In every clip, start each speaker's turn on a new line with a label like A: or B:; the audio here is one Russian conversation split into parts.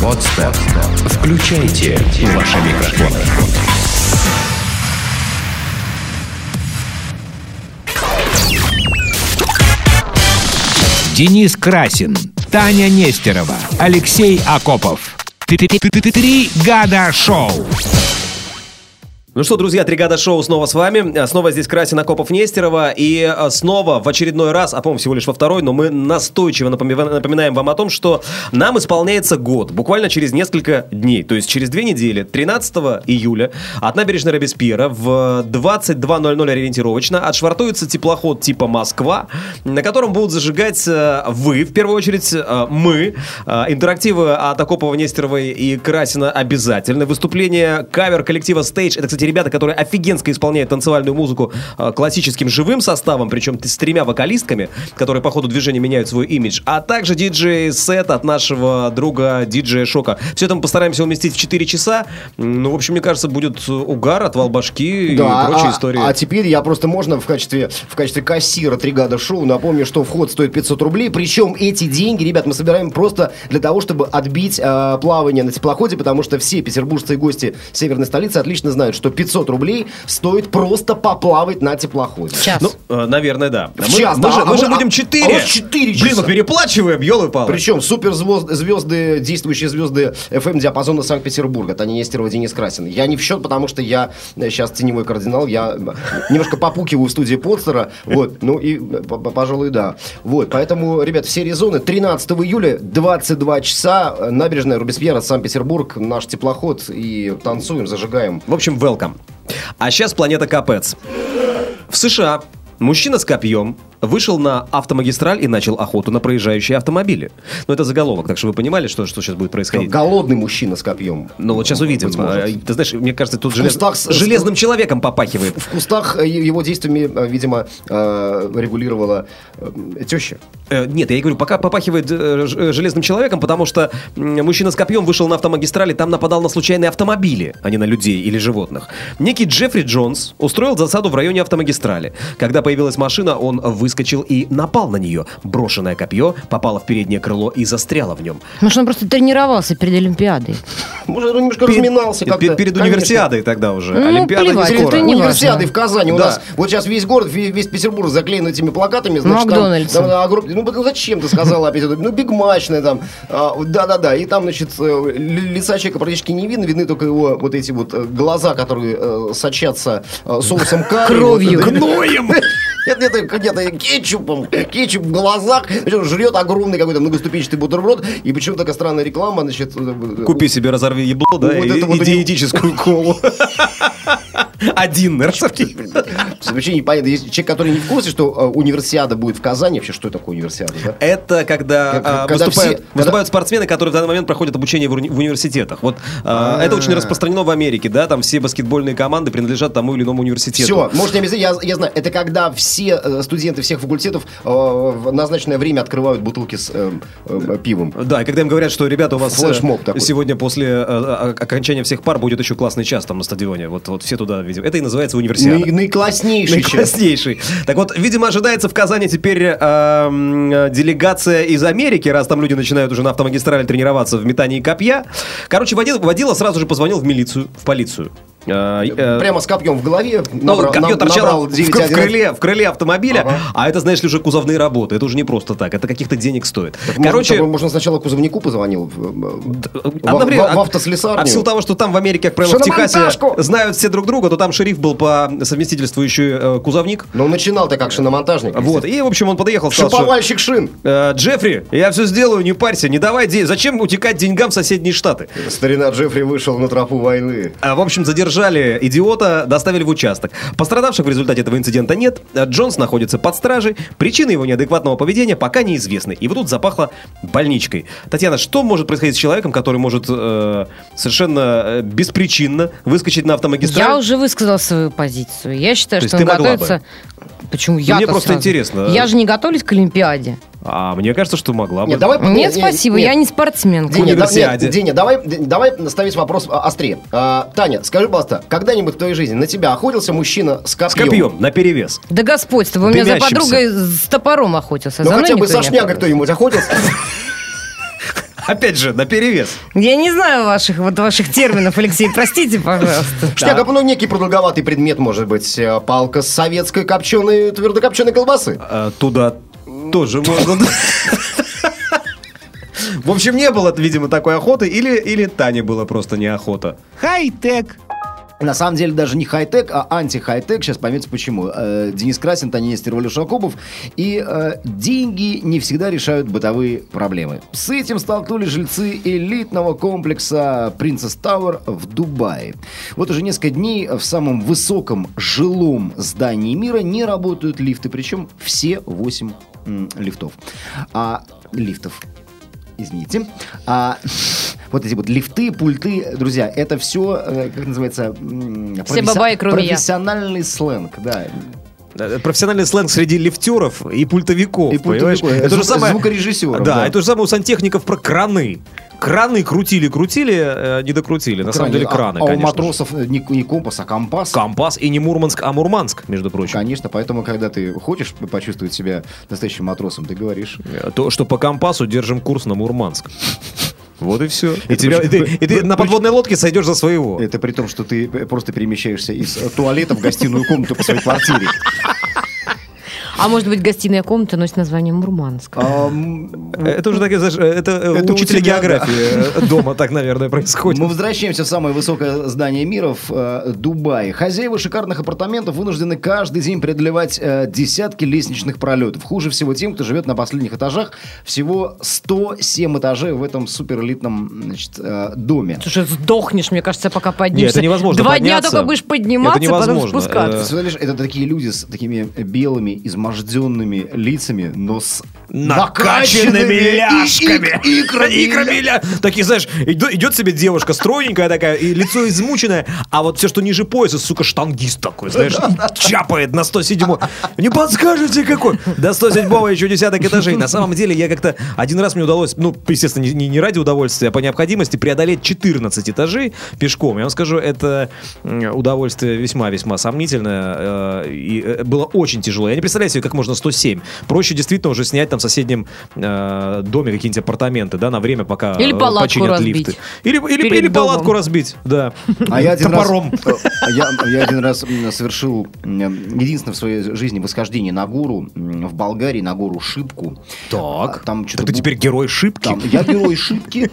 A: Подкаста. Включайте ваши микрофоны.
B: Денис Красин, Таня Нестерова, Алексей Акопов. Три года шоу.
C: Ну что, друзья, Тригада Шоу снова с вами. А, Снова здесь Красин Акопов Нестерова. И а, снова в очередной раз, а по-моему, всего лишь во второй, но мы настойчиво напоми- напоминаем вам о том, что нам исполняется год, буквально через несколько дней, то есть через две недели, 13 июля, от набережной Робеспьера в 22.00 ориентировочно отшвартуется теплоход типа «Москва», на котором будут зажигать э, вы, в первую очередь э, мы. Э, Интерактивы от Акопова Нестеровой и Красина обязательны. Выступление кавер коллектива Stage. Это, кстати, ребята, которые офигенско исполняют танцевальную музыку э, классическим живым составом, причем с тремя вокалистками, которые по ходу движения меняют свой имидж. А также диджей-сет от нашего друга диджея Шока. Все это мы постараемся уместить в 4 часа. М, Ну, в общем, мне кажется, будет э, угар, отвал башки и прочие
D: а,
C: истории.
D: а теперь я просто можно в качестве, в качестве кассира Тригада Шоу напомню, что вход стоит 500 рублей. Причем эти деньги, ребят, мы собираем просто для того, чтобы отбить э, плавание на теплоходе, потому что все петербуржцы и гости северной столицы отлично знают, что 500 рублей стоит просто поплавать на теплоходе.
E: Сейчас.
C: Ну, э, наверное, да.
D: В
C: А мы,
D: час,
C: мы
D: да,
C: же,
D: а
C: мы
D: мы-
C: же
D: а-
C: будем
D: а
C: 4.
D: вот четыре
C: Блин,
D: часа.
C: мы переплачиваем, елы палы.
D: Причем суперзвезды, звезды, действующие звезды FM диапазона Санкт-Петербурга. Таня Нестерова, Денис Красин. Я не в счет, потому что я сейчас теневой кардинал, я э, немножко попукиваю в студии Подстера. Вот, ну и, э, п- п- пожалуй, да. Вот, поэтому, ребят, все резоны. 13 июля, 22 часа, э, набережная Рубеспьера, Санкт-Петербург, наш теплоход. И танцуем, зажигаем.
C: В общем, welcome. А сейчас планета Капец. В США мужчина с копьем вышел на автомагистраль и начал охоту на проезжающие автомобили. Ну, это заголовок, так что вы понимали, что, что сейчас будет происходить.
D: Голодный мужчина с копьем.
C: Ну, вот сейчас увидим.
D: Быть может.
C: А, Ты знаешь, мне кажется, тут
D: В
C: желез-
D: кустах с-
C: железным человеком попахивает.
D: В кустах э, его действиями, э, видимо, э, регулировала э, теща.
C: Э, Нет, я и говорю, пока попахивает э, ж- э, железным человеком, потому что м, мужчина с копьем вышел на автомагистрали, там нападал на случайные автомобили, а не на людей или животных. Некий Джеффри Джонс устроил засаду в районе автомагистрали. Когда появилась машина, он выскочил и напал на нее. Брошенное копье попало в переднее крыло и застряло в нем.
E: Может, он просто тренировался перед Олимпиадой.
D: Может, он немножко разминался
C: Пер-
D: как-то.
C: пер- Перед
D: Конечно.
C: универсиадой тогда уже.
E: Ну,
C: не
E: плевать,
C: скоро.
E: это не
D: Универсиады
E: важно.
D: в Казани у
C: Да.
D: нас. Вот сейчас весь город, ве- весь Петербург заклеен этими плакатами. Значит, там-
E: Макдональдсом.
D: там, огром- ну, потом зачем ты сказала опять? это? Ну, бигмачная там. А, Да-да-да. И там, значит, э, л- лица человека практически не видно. Видны только его вот эти вот э, глаза, которые э, сочатся э, соусом карри.
E: Кровью.
D: Вот это- Нет, нет, нет, нет, кетчупом, кетчуп в глазах, Значит, он жрет огромный какой-то многоступенчатый бутерброд, и почему такая странная реклама, значит... э,
C: Купи себе, разорви ебло, да,
D: Ну, Вот
C: и, и
D: это вот у него-
C: диетическую колу. Один, наверное.
D: Вообще непонятно. Есть человек, который не в курсе, что э, универсиада будет в Казани. Вообще, что такое универсиада, да?
C: Это когда,
D: Как-
C: а,
D: когда
C: выступают,
D: все-
C: выступают спортсмены, которые в данный момент проходят обучение в, уни- в университетах. Вот а,
D: А.
C: это очень распространено в Америке, да, там все баскетбольные команды принадлежат тому или иному университету.
D: Все, может, не обязательно, я, я знаю, это когда все э, студенты всех факультетов э, в назначенное время открывают бутылки с э, э, пивом.
C: Да, и когда им говорят, что ребята, у вас э,
D: Флешмоб такой.
C: сегодня после э, о- окончания всех пар будет еще классный час там на стадионе. Вот, вот все туда, видимо. Это и называется универсиада.
D: Наи- наикласснейший человек.
C: Наикласснейший. Так вот, видимо, ожидается в Казани теперь эм, э, делегация из Америки, раз там люди начинают уже на автомагистрали тренироваться в метании копья. Короче, водил- водила сразу же позвонил в милицию, в полицию. Э, э,
D: Прямо с копьем в голове.
C: ну,
D: набрал-
C: копье
D: наб-
C: торчало
D: набрал
C: в,
D: 9
C: в
D: один.
C: крыле, в крыле автомобиля,
D: Ага.
C: а это, знаешь ли, уже кузовные работы. Это уже не просто так, это каких-то денег стоит.
D: Так, может,
C: Короче, э,
D: Можно, можно сначала кузовнику позвонил. в- в- в-
C: Одновременно-
D: в- в
C: А в силу
D: автослесарню.
C: того, что там в Америке, как правило, в Техасе
D: Шиномонтажку!
C: знают все друг друга, то там шериф был по совместительству еще э, кузовник.
D: Но он начинал-то как шиномонтажник.
C: Вот, и, в общем, он подоехал, сказал, что...
D: Шиповальщик шин.
C: «Э, Джеффри, я все сделаю, не парься, не давай денег. Зачем утекать деньгам в соседние штаты?
D: Старина Джеффри вышел на тропу войны.
C: А, В общем, задержали идиота, доставили в участок. Пострадавших в результате этого инцидента нет. А, Джонс находится под стражей. Причины его неадекватного поведения пока неизвестны. И вот тут запахло больничкой. Татьяна, что может происходить с человеком, который может э, совершенно э, беспричинно выскочить на автомагистраль?
E: Я уже высказала свою позицию. Я считаю,
C: То есть
E: что он
C: ты могла
E: готовится... Почему я
C: мне просто интересно.
E: Я же не готовлюсь к Олимпиаде.
C: А мне кажется, что могла бы.
D: Нет, давай...
E: Нет, спасибо, я
D: нет.
E: не спортсменка.
D: Деня, да-
C: универсиаде.
D: нет, Деня, давай, Д- давай ставить вопрос а, острее. А, Таня, скажи, пожалуйста, когда-нибудь в твоей жизни на тебя охотился мужчина с копьем?
C: С копьем, на перевес.
E: Да господь, с тобой, у меня за
C: Дымящимся.
E: подругой с топором охотился.
D: Ну
E: за мной
D: хотя бы
E: никто
D: со
E: не
D: шнягой
E: охотился.
D: кто-нибудь охотился?
F: Опять же, на перевес.
E: Я не знаю ваших вот ваших терминов, Алексей, простите, пожалуйста.
D: Шняга, ну, некий продолговатый предмет, может быть, э, палка с советской копченой, твердокопченой колбасы.
F: А, Туда тоже можно. В общем, не было, видимо, такой охоты, или, или Тане было просто неохота.
B: Хай-тек.
D: На самом деле даже не хай-тек, а анти-хай-тек. Сейчас поймете почему. Э, Денис Красин, Таня Нестерова, Леша Акопов. И э, деньги не всегда решают бытовые проблемы. С этим столкнулись жильцы элитного комплекса Принцесс Тауэр в Дубае. Вот уже несколько дней в самом высоком жилом здании мира не работают лифты. Причем все 8 м, лифтов. А лифтов извините. А вот эти вот лифты, пульты, друзья, это все, как называется, м,
E: Все
D: професси-
E: бабаи, кроме я.
D: профессиональный сленг, да.
F: Э, Профессиональный сленг среди лифтеров и пультовиков.
D: И
F: понимаешь?
D: пультовиков,
F: Это
D: зву-
F: же самое...
D: звукорежиссеров,
F: Да,
D: да.
F: это же самое у сантехников про краны. Краны крутили, крутили, э, не докрутили. На самом деле
D: А-
F: краны,
D: а, у
F: конечно. же.
D: матросов не, не компас, а компас.
F: Компас и не Мурманск, а Мурманск, между прочим.
D: Конечно, поэтому, когда ты хочешь почувствовать себя настоящим матросом, ты говоришь.
F: Э, То, что по компасу держим курс на Мурманск. Вот и все. И,
D: Это
F: тебя- и
D: причем-
F: ты, и ты
D: при-
F: на подводной лодке сойдешь за своего.
D: Это при том, что ты просто перемещаешься из туалета в гостиную комнату по своей квартире.
E: А может быть, гостиная комната носит название Мурманск?
D: Ам,
F: Это уже такие, знаешь, э, это,
D: Это
F: это
D: у
F: учителя
D: тебя,
F: географии э, дома так, наверное, происходит.
D: Мы возвращаемся в самое высокое здание мира в э, Дубае. Хозяева шикарных апартаментов вынуждены каждый день преодолевать э, десятки лестничных пролетов. Хуже всего тем, кто живет на последних этажах. Всего 107 этажей в этом суперэлитном значит, э, доме.
E: Слушай, сдохнешь, мне кажется, пока
F: Нет,
E: поднимешься.
F: это невозможно
E: Два дня
F: подняться.
E: только будешь подниматься,
F: Это
E: потом
F: невозможно.
D: Ты
E: спускаться.
F: Э,
D: представляешь, это такие люди с такими белыми, изможденными лицами, но с
F: накачанными
D: и-
F: ляжками.
D: и- икрами.
F: Икрами ля- Такие, знаешь, идет, идет себе девушка стройненькая такая, и лицо измученное, а вот все, что ниже пояса, сука, штангист такой, знаешь, чапает на 107 Не подскажете, какой? До 107 еще десяток этажей. На самом деле, я как-то один раз мне удалось, ну, естественно, не- не, не ради удовольствия, а по необходимости преодолеть 14 этажей пешком. Я вам скажу, это м, удовольствие весьма-весьма сомнительное, э, и э, было очень тяжело. Я не представляю себе, как можно 107. Проще действительно уже снять там в соседнем э, доме какие-нибудь апартаменты, да, на время, пока
E: Или
F: э,
E: палатку
F: починят
E: разбить.
F: лифты. Или, или,
E: Перед
F: или палатку
E: домом.
F: разбить, да.
D: А я один
F: Топором.
D: раз... э, Я, я один раз м, совершил м, единственное в своей жизни восхождение на гору м, в Болгарии, на гору Шипку.
F: Так,
D: А, Там что-то...
F: так ты
D: бу-
F: теперь герой шибки.
D: Там, я герой Шипки.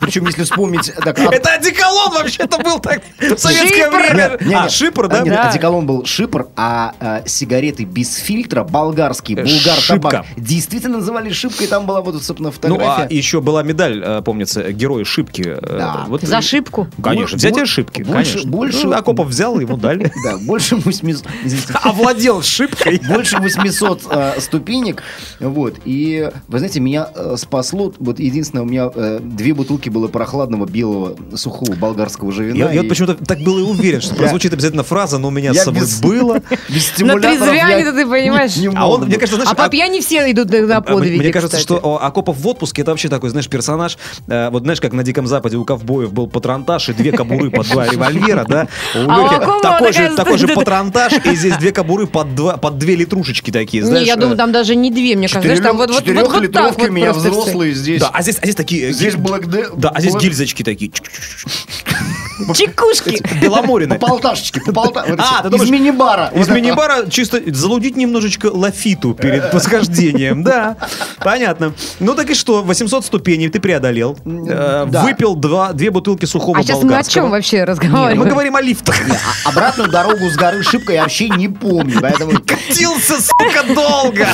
D: Причем, если вспомнить... так, а, от-
F: Это одеколон вообще-то был так в советское
E: Шипр.
F: время.
D: Нет, нет,
F: а,
D: нет.
F: шипр,
D: А,
F: да?
D: Нет,
E: Да.
D: одеколон был шипр, а, э, сигареты без фильтра, болгарские,
F: Э,
D: булгар
F: шипка.
D: табак, действительно называли шибкой. Там была вот, собственно,
F: Ну, а
D: фотография.
F: еще была медаль, э, помнится, герой шибки. э,
D: Да.
F: вот-
E: За шибку.
F: Конечно,
D: Больше-
F: взятие шибки,
D: больше-
F: конечно.
D: больше-
F: Ну, Акопов взял, ему дали.
D: Да, больше 800... извините.
F: Овладел шибкой.
D: больше 800 э, ступенек, вот, и, вы знаете, меня э, спасло, вот, единственное, у меня э, две бутылки было прохладного белого сухого болгарского же вина.
F: Я, я
D: и
F: вот почему-то так был и уверен, что прозвучит обязательно фраза, но у меня с
D: Я
F: собой
D: без-
F: было.
D: без стимуляторов
E: трезвяне-то
D: я
E: ты понимаешь.
D: не- не
F: А он,
D: мог
F: мне
D: бы.
F: кажется, знаешь,
E: А по пьяни все идут на
F: А, Мне
E: подвиги,
F: мне кажется,
E: кстати.
F: что о, Акопов в отпуске это вообще такой, знаешь, персонаж. э, Вот знаешь, как на Диком Западе у ковбоев был патронтаж и две кобуры под два револьвера, да? У
E: А у
F: Лёхи
E: Акопова
F: такой же
E: такая-
F: такой же патронтаж и здесь две кобуры под два под две литрушечки такие, знаешь?
E: Не, я думаю,
F: э,
E: там даже не две, мне кажется. Знаешь, там вот, вот, вот, вот
D: Четырехлитровки
E: так вот
D: у меня
E: просто все.
D: взрослые здесь.
F: Да, а здесь, а здесь такие... э,
D: Здесь
F: гиль-
D: Black Death-
F: Да, а здесь
D: Black-
F: гильзочки такие. чук-чук-чук-чук,
E: Чекушки.
D: По
F: Беломорины.
D: полташечке, по полта... вот
F: А,
D: эти,
F: ты думаешь,
D: Из мини-бара. Вот
F: Из
D: это.
F: мини-бара чисто залудить немножечко лафиту перед восхождением, да. Понятно. Ну так и что, 800 ступеней ты преодолел, э,
D: да.
F: выпил два- две бутылки сухого
E: А сейчас мы о чем
F: болгарского.
E: вообще
F: Нет, Мы
E: разговариваем?
F: говорим о лифтах.
D: А Обратную дорогу с горы Шибка я вообще не помню, поэтому...
F: Катился, сука, долго.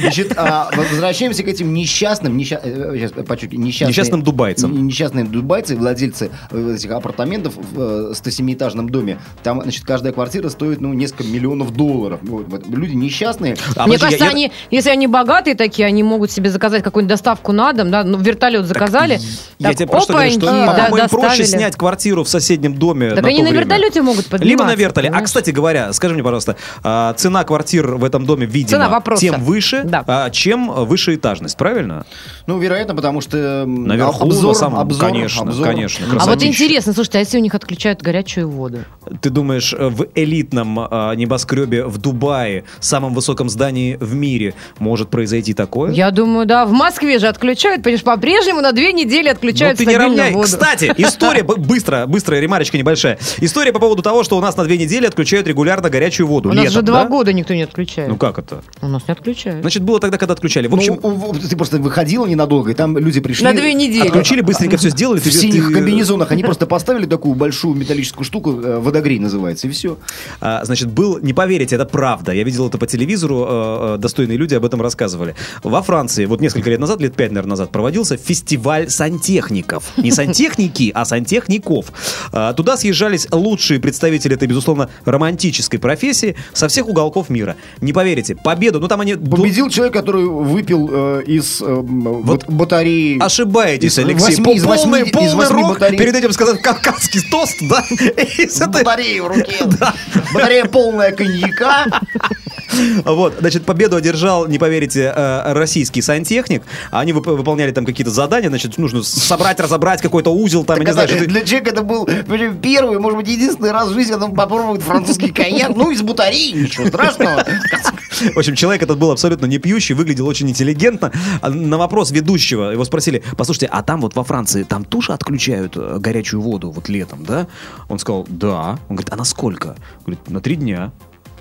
D: Значит, а, во- возвращаемся к этим несчастным, несча- э, сейчас подчеркиваю, несчастные-
F: Несчастным дубайцам.
D: Н- Несчастные дубайцы, владельцы э, вот этих апартаментов в э, 107-этажном доме. Там, значит, каждая квартира стоит, ну, несколько миллионов долларов. Вот, вот. Люди несчастные.
F: А,
E: Мне
F: подожди, я-
E: кажется,
F: я-
E: они, если они богатые такие, они могут себе заказать какую-нибудь доставку на дом, да, ну, вертолет заказали,
F: Я
E: так,
F: тебе просто говорю, что,
E: опаньки, да,
F: по-моему, проще
E: доставили.
F: снять квартиру в соседнем доме
E: Так
F: на
E: они
F: то
E: на
F: время.
E: вертолете могут подниматься.
F: Либо на вертоле. А,
E: понимаешь?
F: кстати говоря, скажи мне, пожалуйста, а, цена квартир в этом доме, видимо,
E: Цена вопроса.
F: тем выше,
E: Да.
F: а, чем вышеэтажность, правильно?
D: Ну, вероятно, потому что... м,
F: Наверху, на
D: обзор,
F: самом-
D: обзор,
F: конечно,
D: обзор.
F: конечно,
E: А вот
F: красотища.
E: интересно, слушайте, а если у них отключают горячую воду?
F: Ты думаешь, э, в элитном а, небоскребе в Дубае, самом высоком здании в мире, может произойти такое?
E: Я думаю, да, в Москве же отключают, понимаешь, по-прежнему на две недели
F: Но
E: отключают
F: Ну, ты не
E: стабильно
F: равняй.
E: воду.
F: Кстати, история, б- быстро, быстрая ремарочка небольшая. История по поводу того, что у нас на две недели отключают регулярно горячую воду.
E: у нас
F: Летом,
E: же два
F: да?
E: года никто не отключает.
F: Ну как это?
E: У нас не отключают.
F: Значит, было тогда, когда отключали. В
D: Ну,
F: общем,
D: у- у- ты просто выходила ненадолго, и там люди пришли...
E: На две недели.
F: отключили, быстренько все сделали.
D: В
F: ты-
D: синих
F: ты-
D: комбинезонах они просто поставили такую большую металлическую штуку, э, водогрей называется, и все.
F: А, Значит, был, не поверите, это правда. Я видел это по телевизору, э, э, достойные люди об этом рассказывали. Во Франции, вот несколько лет назад, лет пять, наверное, назад, проводился фестиваль сантехников. Не сантехники, а сантехников. А, Туда съезжались лучшие представители этой, безусловно, романтической профессии со всех уголков мира. Не поверите, победу, ну там они... дол-
D: Победил человек, который выпил э, из э, м,
F: Вот А
D: бат- батареи...
F: Ошибаетесь,
D: Из
F: Алексей.
D: восьми-
F: По-
D: из восьми-
F: полный
D: из
F: полный
D: восьми
F: рок.
D: батарей.
F: Перед этим сказать кавказский тост, да? Из этой-
D: Батарея в руке. Батарея полная коньяка.
F: Вот, значит, победу одержал, не поверите, э, российский сантехник. Они вып- выполняли там какие-то задания, значит, нужно собрать, разобрать какой-то узел, там, я не
D: Это-
F: знаю, что ты-
D: Для человека это был причем, первый, может быть, единственный раз в жизни, когда он попробует французский коньяк. Ну, из батареи, ничего страшного.
F: В общем, человек этот был абсолютно не пьющий, выглядел очень интеллигентно. А На вопрос ведущего его спросили, послушайте, а там вот во Франции, там тоже отключают э, горячую воду вот летом, да? Он сказал, да. Он говорит, а на сколько? Говорит, на три дня.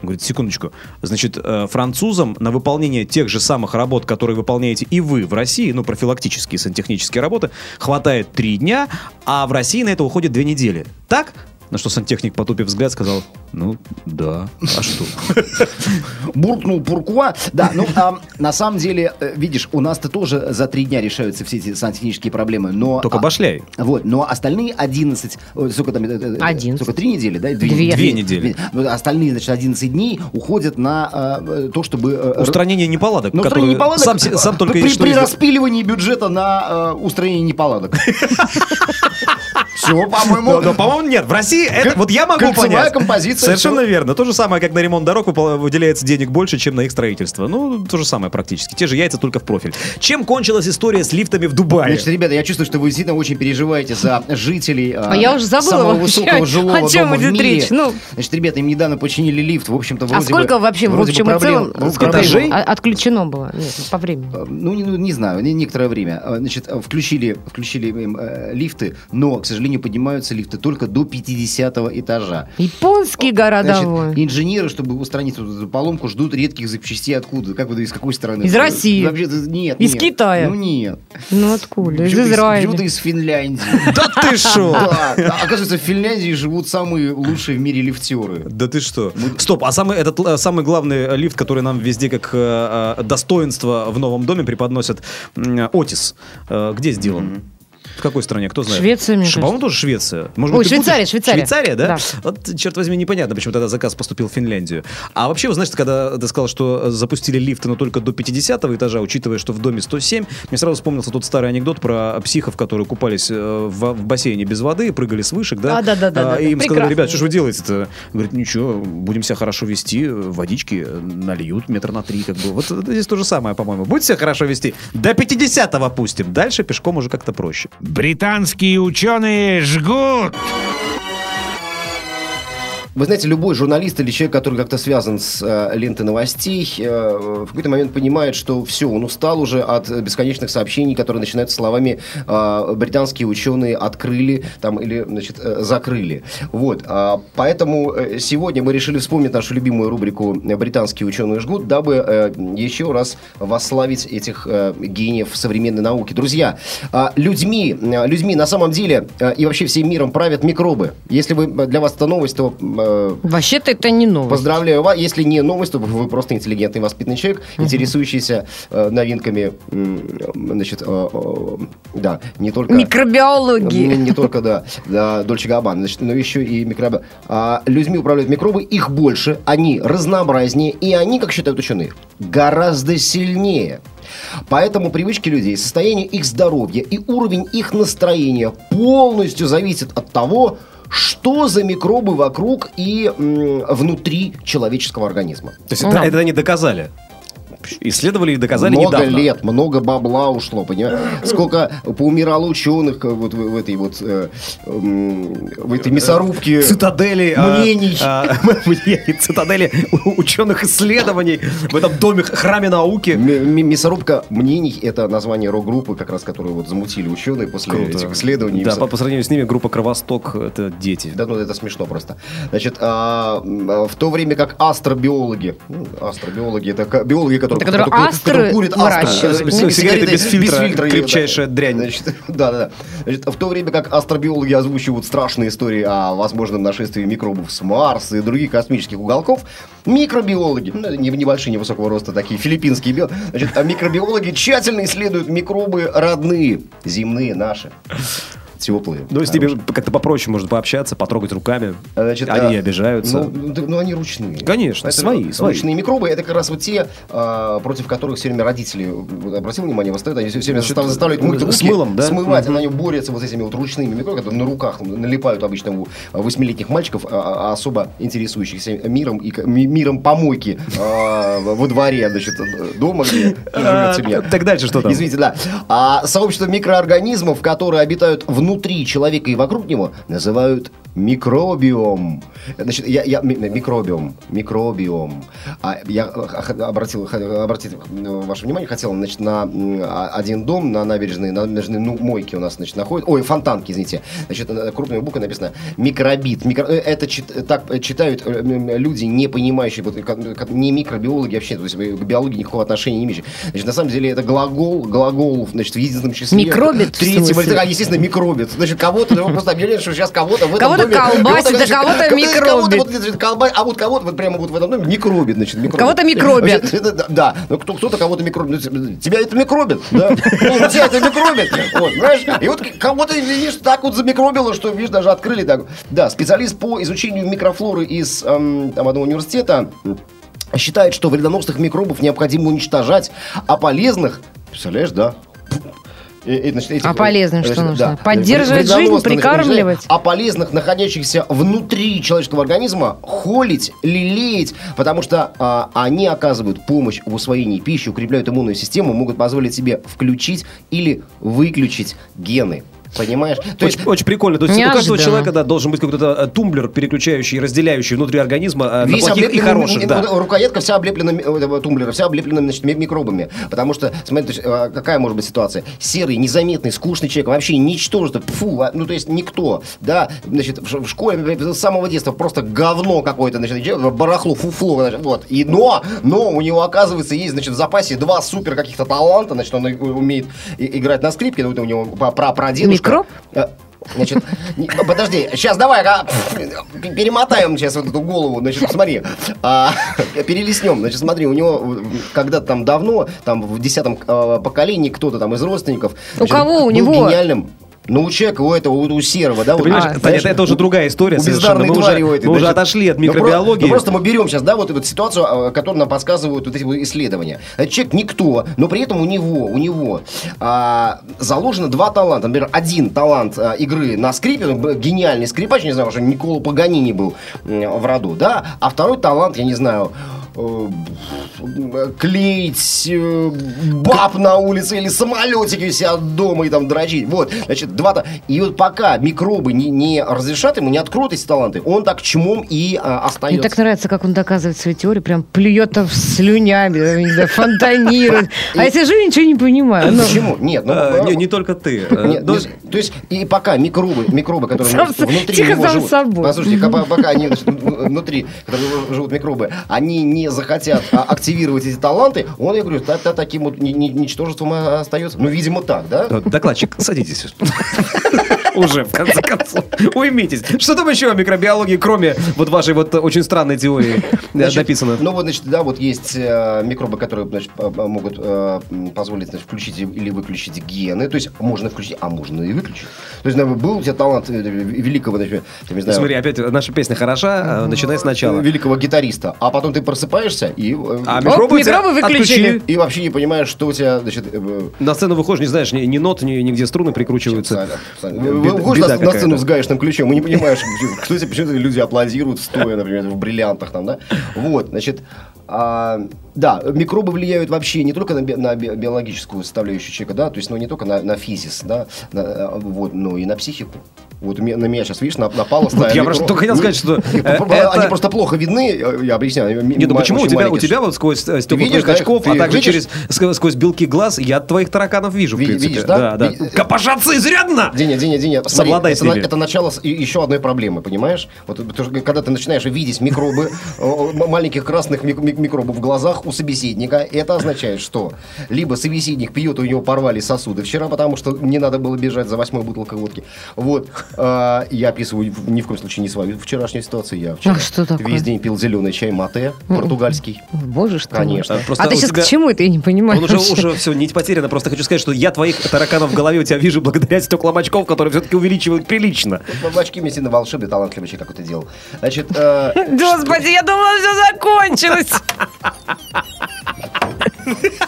F: Он говорит, секундочку, значит, э, французам на выполнение тех же самых работ, которые выполняете и вы в России, ну, профилактические, сантехнические работы, хватает три дня, а в России на это уходит две недели. Так? На что сантехник, потупив взгляд, сказал, ну, да, а что?
D: Буркнул Пуркуа. Да, ну, а, на самом деле, э, видишь, у нас-то тоже за три дня решаются все эти сантехнические проблемы, но...
F: Только
D: а,
F: башляй.
D: Вот, но остальные 11, ой, сколько там, э, э, э,
E: 11.
D: сколько, три недели, да?
E: Две.
F: Две недели.
D: Ну, остальные, значит, 11 дней уходят на э, то, чтобы... э,
F: Устранение неполадок,
D: Ну,
F: которые
D: устранение неполадок
F: сам, се- сам только
D: при,
F: и что
D: при
F: и сделал.
D: распиливании бюджета на э, устранение неполадок. Все,
F: Да, да,
D: по-моему.
F: по-моему, нет. В России это
D: Как-
F: вот я могу
D: кольцевая
F: понять.
D: композиция,
F: Совершенно
D: всё.
F: верно. То же самое, как на ремонт дорог выпол- выделяется денег больше, чем на их строительство. Ну, то же самое практически. Те же яйца, только в профиль. Чем кончилась история с лифтами в Дубае?
D: Значит, ребята, я чувствую, что вы действительно очень переживаете за жителей э,
E: А я уже забыла
D: самого
E: вообще,
D: высокого жилого
E: о чем
D: дома в
E: идет
D: мире.
E: речь, ну.
D: Значит, ребята, им недавно починили лифт, в общем-то, вроде
E: а сколько
D: бы,
E: вообще в
D: вроде бы
E: общем и
D: проблем-
E: целом
D: ну,
E: сколько
D: проблем-
E: было? А- отключено было Нет, ну, по времени?
D: Э, Ну не, ну, не знаю, не- некоторое время. Э, Значит, э, включили, включили им, э, лифты, но, к сожалению, поднимаются лифты только до 50 этажа.
E: Японский
D: Значит,
E: городовой.
D: инженеры, чтобы устранить вот эту поломку, ждут редких запчастей откуда? Как вы думаете, из какой страны?
E: Из России.
D: Вообще, нет.
E: Из
D: нет.
E: Китая.
D: Ну нет.
E: Ну откуда? Из
D: Почему-то
E: Израиля.
D: почему-то из Финляндии.
F: Да ты что?
D: Да. Оказывается, в Финляндии живут самые лучшие в мире лифтеры.
F: Да ты что? Стоп, а самый, этот, э, самый главный э, лифт, который нам везде как э, э, достоинство в новом доме преподносят, м, э, Отис, э, где сделан? В какой стране, кто знает?
E: Швеция, мне
F: Ш-
E: кажется.
F: По-моему, тоже Швеция. Может
E: Ой,
F: ты путаешь?
E: Швейцария, Швейцария.
F: Швейцария, да?
E: Да.
F: Вот, черт возьми, непонятно, почему тогда заказ поступил в Финляндию. А вообще, вот, знаешь, когда ты сказал, что э, запустили лифты, но только до 50 этажа, учитывая, что в доме 107, мне сразу вспомнился тот старый анекдот про психов, которые купались э, в, в бассейне без воды, прыгали с вышек, да?
E: А, да-да-да,
F: А,
E: да-да.
F: И им сказали,
E: Прекрасно.
F: ребят, что ж вы делаете-то? Говорит, ничего, будем себя хорошо вести, э, водички э, нальют метр на три, как бы. Вот это здесь то же самое, по-моему. Будь себя хорошо вести, до 50-го опустим. Дальше пешком уже как-то проще.
B: Британские ученые жгут.
D: Вы знаете, любой журналист или человек, который как-то связан с э, лентой новостей, э, в какой-то момент понимает, что все, он устал уже от э, бесконечных сообщений, которые начинаются словами э, британские ученые открыли там или значит э, закрыли. Вот, а, поэтому э, сегодня мы решили вспомнить нашу любимую рубрику "Британские ученые жгут", дабы э, еще раз восславить этих э, гениев современной науки. Друзья, а, людьми, э, людьми на самом деле э, и вообще всем миром правят микробы. Если вы для вас это новость, то э,
E: Вообще-то это не новость.
D: Поздравляю вас. Если не новость, то вы просто интеллигентный, воспитанный человек, интересующийся э, новинками, м, значит, э, э, да, не только...
E: Микробиологии.
D: М, Ну, Не только, да, да, Дольче Габбана, значит, но еще и микробы. А, людьми управляют микробы, их больше, они разнообразнее, и они, как считают ученые, гораздо сильнее. Поэтому привычки людей, состояние их здоровья и уровень их настроения полностью зависит от того, что за микробы вокруг и м, внутри человеческого организма.
F: То есть это, это они доказали. исследовали и доказали
D: много
F: недавно.
D: лет, много бабла ушло, понимаешь? Сколько поумирало ученых э, вот в, в этой вот э, м, в этой
F: Э,
D: мясорубке.
F: Цитадели а,
D: Мнений.
F: а, мнений, цитадели у- ученых исследований в этом доме храме науки.
D: М- м- Мясорубка мнений это название рок-группы, как раз которую вот замутили ученые после этих исследований.
F: Да,
D: Мясо-
F: по, по сравнению с ними группа Кровосток это дети.
D: Да, ну это смешно просто. Значит, а, м, а, в то время как астробиологи, ну, астробиологи это ка- биологи, которые,
E: Это которые
D: которые-
E: астры
D: которые курят э, астры,
E: выращивают.
D: с-
F: Сигареты без фильтра,
D: и-
F: крепчайшая дрянь.
D: Значит, да, да, да. Значит, в то время как астробиологи озвучивают страшные истории о возможном нашествии микробов с Марса и других космических уголков, микробиологи, ну, не- небольшие, невысокого роста такие, филиппинские биологи, значит, а микробиологи тщательно исследуют микробы родные, земные наши. Теплые.
F: Ну, с ними как-то попроще может пообщаться, потрогать руками.
D: Значит,
F: Они
D: а,
F: не обижаются.
D: Ну, ну, да, ну, они ручные.
F: Конечно, свои, свои.
D: Ручные микробы это как раз вот те, а, против которых все время родители, вот, обратил внимание, восстают, они все время
F: Значит,
D: застав- заставляют мыть
F: с
D: руки,
F: мылом, да?
D: смывать, а на них борются вот с этими вот ручными микробами, которые на руках налипают обычно у восьмилетних мальчиков, а, а, особо интересующихся миром и к- ми- миром помойки а, во дворе, значит, дома, где
F: А,
D: живет семья.
F: Так дальше что там?
D: Извините, да. А сообщество микроорганизмов, которые обитают внутри человека и вокруг него, называют микробиом. Значит, я, я- ми- микробиом, микробиом. А я х- обратил, х- обратить э, ваше внимание хотел, значит, на м, а- один дом на набережной, на набережной ну, мойки у нас, значит, находится, ой, фонтанки, извините, значит, э, на- крупными буквами написано микробит. Микро- э, это чит- так э, читают э, м, люди, не понимающие, вот, э, как- как- не микробиологи вообще, то есть э, к биологии никакого отношения не имеющие. Значит, на самом деле это глагол, глагол, значит, в единственном числе.
E: Микробит, в
D: Третьего,
E: смысле?
D: лица, а, естественно, микробит. Значит, кого-то, ну, просто объявляют, что сейчас кого-то в этом
E: Кого-то
D: доме-
E: колбасит, а
D: значит,
E: кого-то микробит.
D: кого-то вот, значит, колба- а вот кого-то вот прямо вот в этом доме микробит, значит, микробит.
E: Кого-то микробит.
D: Значит, это- Да, ну кто- кто-то кого-то микробит. Ну, Тебя это микробит, да? Ну, Тебя это микробит. Вот, знаешь, и вот кого-то, видишь, так вот замикробило, что, видишь, даже открыли так. Да, специалист по изучению микрофлоры из эм, там, одного университета считает, что вредоносных микробов необходимо уничтожать, а полезных, представляешь, да, и- и, значит, этих-
E: А полезных что
D: значит,
E: нужно?
D: да.
E: Поддерживать жизнь,
D: Вредоносных,
E: прикармливать?
D: а полезных, находящихся внутри человеческого организма, холить, лелеять, потому что а, они оказывают помощь в усвоении пищи, укрепляют иммунную систему, могут позволить себе включить или выключить гены. Понимаешь? То
F: очень, очень прикольно. То есть у каждого
E: Неожиданно.
F: человека да, должен быть какой-то э, тумблер, переключающий, и разделяющий внутри организма э, на
D: Весь
F: плохих и
D: облеплен-
F: хороших.
D: м-
F: да.
D: м- Рукоятка вся облеплена, ми- вот этого тумблера, вся облеплена значит, ми- микробами. Потому что, смотри, то есть, э, какая может быть ситуация? Серый, незаметный, скучный человек, вообще ничтожество, фу, ну то есть никто, да, значит, в ш- в школе например, с самого детства просто говно какое-то, значит, человек, барахло, фуфло, значит, вот. И но, но у него, оказывается, есть, значит, в запасе два супер каких-то таланта, значит, он и- умеет и- играть на скрипке, ну это у него про прадедушка.
E: Микроб?
D: Э, Значит, не- подожди, сейчас давай а, пф, перемотаем сейчас вот эту голову, значит, смотри, а, перелистнем, значит, смотри, у него э, когда-то там давно, там в десятом э, поколении кто-то там из родственников
E: У
D: значит,
E: кого? У
D: был
E: него?
D: гениальным, ну у человека, у этого, у, у серого, да,
F: Ты
D: вот,
F: понимаешь,
E: А,
F: Таня,
D: знаешь,
F: это, это уже
D: у-
F: другая история
D: у
F: совершенно.
D: бездарной
F: Мы, уже,
D: твари у этой,
F: мы уже
D: значит.
F: отошли от
D: Ну, про-
F: микробиологии.
D: ну, просто мы берем сейчас, да, вот эту ситуацию, а, которую нам подсказывают вот эти вот исследования. Этот человек никто, но при этом у него, у него а, заложено два таланта. Например, один талант а, игры на скрипе, ну, б- гениальный скрипач, не знаю, уже Никола Паганини был м, в роду, да, а второй талант, я не знаю, э, клеить э, баб на улице или самолетики у себя дома и там дрочить. Вот, значит, два... та- И вот пока микробы не, не разрешат ему, не откроют эти таланты, он так чмом и а,
E: Мне
D: остается.
E: так нравится, как он доказывает свою теорию, прям плюет там слюнями, там, не знаю, фонтанирует. А я сижу и ничего не понимаю. Ну,
D: Почему? Нет, ну...
F: Э,
D: ну,
F: не, не только ты. Э,
D: Нет,
F: ну,
D: нет, то есть, и пока микробы, микробы, которые
E: Сам со-
D: внутри
E: тихо
D: него
E: сам
D: живут,
E: собой.
D: послушайте, ка- пока они значит, внутри, которые его живут микробы, они не захотят а, активировать эти таланты, он, я говорю, та- та- таким вот ни- ни- ничтожеством а, остается. Ну, видимо, так, да?
F: вот, Докладчик, садитесь. Уже, в конце концов. Уймитесь. Что там еще о микробиологии, кроме вот вашей вот э, очень странной теории э,
D: Значит,
F: написано?
D: Ну вот, значит, да, вот есть э, микробы, которые значит, п- п- могут э, м, позволить значит, включить или выключить гены. То есть можно включить, а можно и выключить. То есть, например, был у тебя талант э, э, великого, значит, там, не знаю,
F: Смотри, опять наша песня хороша, э, начинай сначала.
D: великого гитариста, а потом ты просыпаешься и, э,
F: А
D: и-
F: микробы, у тебя
E: микробы выключили.
F: отключили.
D: и вообще не понимаешь, что у тебя, значит, э, э,
F: На сцену выходишь, не знаешь, ни, ни нот, ни, нигде струны прикручиваются.
D: Вы- Выходишь
F: беда
D: на, на сцену
F: какая-то.
D: с гаечным ключом и не понимаешь, почему- кто тебе почему-то люди аплодируют стоя, например, в бриллиантах там, да? Вот, значит, а, Да, микробы влияют вообще не только на, би- на би- биологическую составляющую человека, да, то есть, ну, не только на, на физис, да, на, э, вот, но и на психику. Вот у меня- на меня сейчас, видишь, нап- напала стая
F: я просто
D: микро-
F: только хотел сказать, что,
D: Они
F: э, это-
D: Они просто плохо видны, э, я объясняю. они м-
F: Нет, ну
D: ма-
F: почему у
D: очень
F: тебя, у
D: маленькие.
F: тебя вот сквозь э, стекла
D: видишь,
F: твоих
D: да?
F: очков, а
D: Ты
F: также
D: видишь?
F: через ск- сквозь белки глаз, я твоих тараканов вижу, в
D: Ви-
F: принципе.
D: видишь, да?
F: А, да,
D: Ви-
F: Копошатся изрядно!
D: Диня, Диня, Диня, смотри,
F: Совладай
D: это,
F: с
D: на-
F: ними.
D: это начало с- и- еще одной проблемы, понимаешь? Вот, потому что когда ты начинаешь видеть микробы, э, м- маленьких красных мик- мик- микробов в глазах у собеседника, это означает, что либо собеседник пьет, и у него порвали сосуды вчера, потому что не надо было бежать за восьмой бутылкой водки. Вот, э, я описываю в- ни в коем случае не свою вчерашнюю ситуацию, я вчера
E: А что такое? М-м-м.
D: весь день пил зеленый чай мате, португальский.
E: О, Боже, что
D: Конечно.
E: вы.
F: Да, просто
E: а ты
F: у
E: сейчас
F: тебя-
E: к чему это? Я не понимаю.
F: Ну, Он уже, уже все, нить потеряна. Просто хочу сказать, что я твоих тараканов в голове у тебя вижу благодаря стеклам очков, которые все-таки увеличивают прилично.
D: В очки мне сильно волшебный, талантливый человек какой-то делал. Значит, э,
E: Господи, я думала, все закончилось.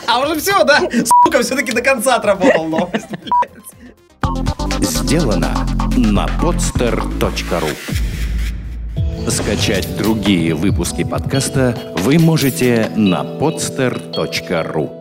F: А уже все, да? Сука, все-таки до конца отработал новость.
G: Сделано на podster.ru Скачать другие выпуски подкаста вы можете на podster.ru